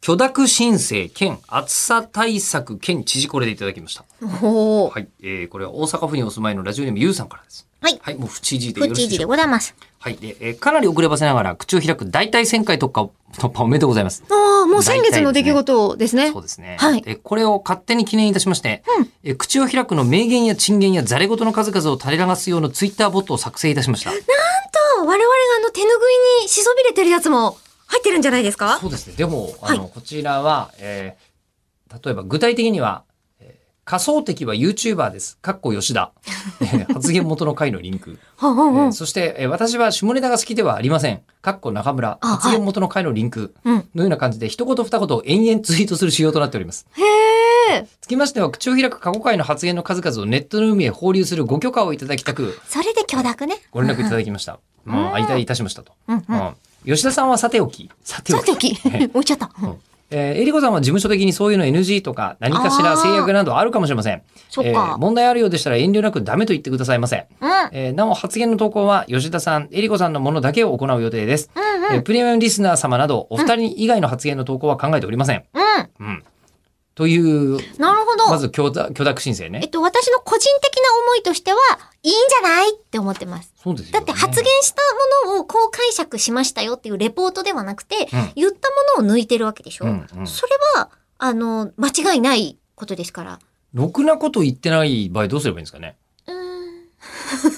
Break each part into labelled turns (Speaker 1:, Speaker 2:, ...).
Speaker 1: 許諾申請兼暑さ対策兼知事これでいただきました。
Speaker 2: おー
Speaker 1: はい。えー、これは大阪府にお住まいのラジオネームゆうさんからです。
Speaker 2: はい。
Speaker 1: はい、もう府知事でよ
Speaker 2: プ
Speaker 1: ろしい
Speaker 2: チー
Speaker 1: で
Speaker 2: ジ
Speaker 1: し
Speaker 2: で
Speaker 1: ょうか。
Speaker 2: ございます。
Speaker 1: はい。で、えーかなり遅ればせながら口を開く大体1000回突破、突破おめでとうございます。
Speaker 2: ああ、もう先月の出来事ですね。
Speaker 1: そうですね。
Speaker 2: はい
Speaker 1: えこれを勝手に記念いたしまして、え口を開くの名言や珍言やざれ言の数々を垂れ流す用のツイッターボットを作成いたしました。
Speaker 2: と、我々があの手拭いにしそびれてるやつも入ってるんじゃないですか
Speaker 1: そうですね。でも、あ
Speaker 2: はい
Speaker 1: の、こちらは、えー例えば具体的には、えー仮想敵は YouTuber です。かっこ吉 田。えー発言元の回のリンク。
Speaker 2: ほうほう
Speaker 1: え
Speaker 2: ほう
Speaker 1: ーそして、えー私は下ネタが好きではありません。かっこ中村。
Speaker 2: あはい
Speaker 1: 発言元の回のリンク。
Speaker 2: うん。
Speaker 1: のような感じで、一言二言を延々ツイートする仕様となっております。
Speaker 2: へえ。
Speaker 1: つきましては、口を開く過去回の発言の数々をネットの海へ放流するご許可をいただきたく、
Speaker 2: それで許諾ね。
Speaker 1: ご連絡いただきました。まあ、相対いたしましたと。
Speaker 2: うんうん。
Speaker 1: うん吉田さんはさておき。さて
Speaker 2: さ
Speaker 1: お
Speaker 2: て
Speaker 1: き
Speaker 2: お。き、 置いちゃった。
Speaker 1: んえー、えりこさんは事務所的にそういうの NG とか何かしら制約などあるかもしれません。
Speaker 2: そっ
Speaker 1: えー
Speaker 2: か。
Speaker 1: 問題あるようでしたら遠慮なくダメと言ってくださいませ。
Speaker 2: うん。うん
Speaker 1: えーなお発言の投稿は吉田さん、えりこさんのものだけを行う予定です。
Speaker 2: うん。
Speaker 1: えープレミアムリスナー様などお二人以外の発言の投稿は考えておりません。
Speaker 2: うん。
Speaker 1: うん。という、
Speaker 2: なるほど。
Speaker 1: まず許諾許諾申請
Speaker 2: え
Speaker 1: ね
Speaker 2: っ。と、私の個人的な思いとしては、いいんじゃないって思ってます。
Speaker 1: そうですよ、
Speaker 2: だっ
Speaker 1: ね。
Speaker 2: て発言したものをこう解釈しましたよっていうレポートではなくて、
Speaker 1: ん
Speaker 2: 言ったものを抜いてるわけでしょ、
Speaker 1: うんうん
Speaker 2: それは、あの、間違いないことですから。
Speaker 1: ろくなこと言ってない場合どうすればいいんですかね。
Speaker 2: うーん。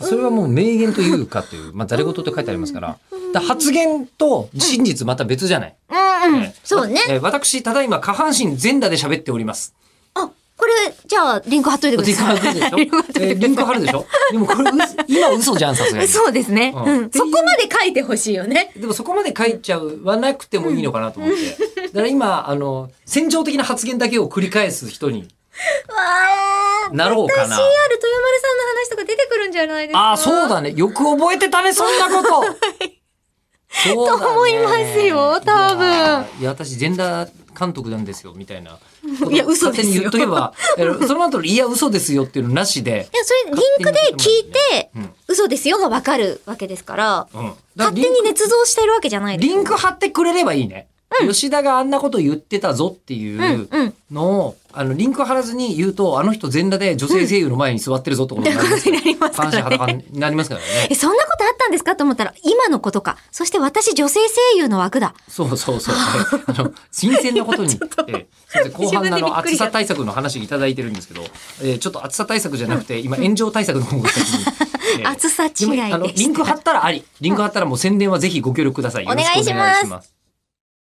Speaker 1: それはもう名言というかという、まあ、誰事って書いてありますから。だから発言と真実また別じゃない。
Speaker 2: うんうん
Speaker 1: えー
Speaker 2: そうね。
Speaker 1: えー私、ただいま下半身全裸で喋っております。
Speaker 2: あ、これ、じゃあ、リンク貼っといてくだ
Speaker 1: リンク
Speaker 2: さ
Speaker 1: 貼
Speaker 2: い。
Speaker 1: るでし ょ
Speaker 2: リンク貼っとい
Speaker 1: え
Speaker 2: て
Speaker 1: ー
Speaker 2: ください
Speaker 1: リンク貼るでし ょでもこれ、う今嘘じゃん、さすがに。
Speaker 2: そうですね、
Speaker 1: う
Speaker 2: うんんそこまで書いてほしいよね。
Speaker 1: でもそこまで書いちゃうはなくてもいいのかなと思って。だから今、あの、戦場的な発言だけを繰り返す人に
Speaker 2: わあ。
Speaker 1: なろうかな。
Speaker 2: CR 豊丸さんの話とか出てくるんじゃないですか。
Speaker 1: ああ、そうだね。よく覚えてたね、そんなこと。そうだね
Speaker 2: と思いますよ多分
Speaker 1: いやーいや、私、ジェンダー監督なんですよ、みたいな。
Speaker 2: いや嘘
Speaker 1: 勝
Speaker 2: ですよ
Speaker 1: 手に言っとけば、えその後の、いや、嘘ですよっていうのなしで。
Speaker 2: いや、それ、リンクで聞いて、
Speaker 1: うん。
Speaker 2: 嘘ですよがわかるわけですから、
Speaker 1: うん。だから
Speaker 2: 勝手に捏造してるわけじゃないです。、
Speaker 1: リンク貼ってくれればいいね。吉田があんなこと言ってたぞっていううん
Speaker 2: うん。
Speaker 1: のを、あの、リンク貼らずに言うと、あの人全裸で女性声優の前に座ってるぞってことになります
Speaker 2: ってことになりますからね
Speaker 1: 半身裸になりますからね。
Speaker 2: え、そんなことあったんですかと思ったら、今のことか。そして私、女性声優の枠だ。
Speaker 1: そうそうそう。あの、新鮮な ことに、えーすいません後半のあの
Speaker 2: 自分でびっく
Speaker 1: 暑
Speaker 2: りだ
Speaker 1: さ対策の話いただいてるんですけど、えーちょっと暑さ対策じゃなくて、今炎上対策の方が先 に。えー
Speaker 2: 暑さ違い
Speaker 1: でもあの
Speaker 2: で
Speaker 1: リ
Speaker 2: し
Speaker 1: ンク
Speaker 2: た。
Speaker 1: 貼ったらあり。リンク貼ったらもう宣伝はぜひご協力ください。よろしくお願いし
Speaker 2: お願いし
Speaker 1: ます。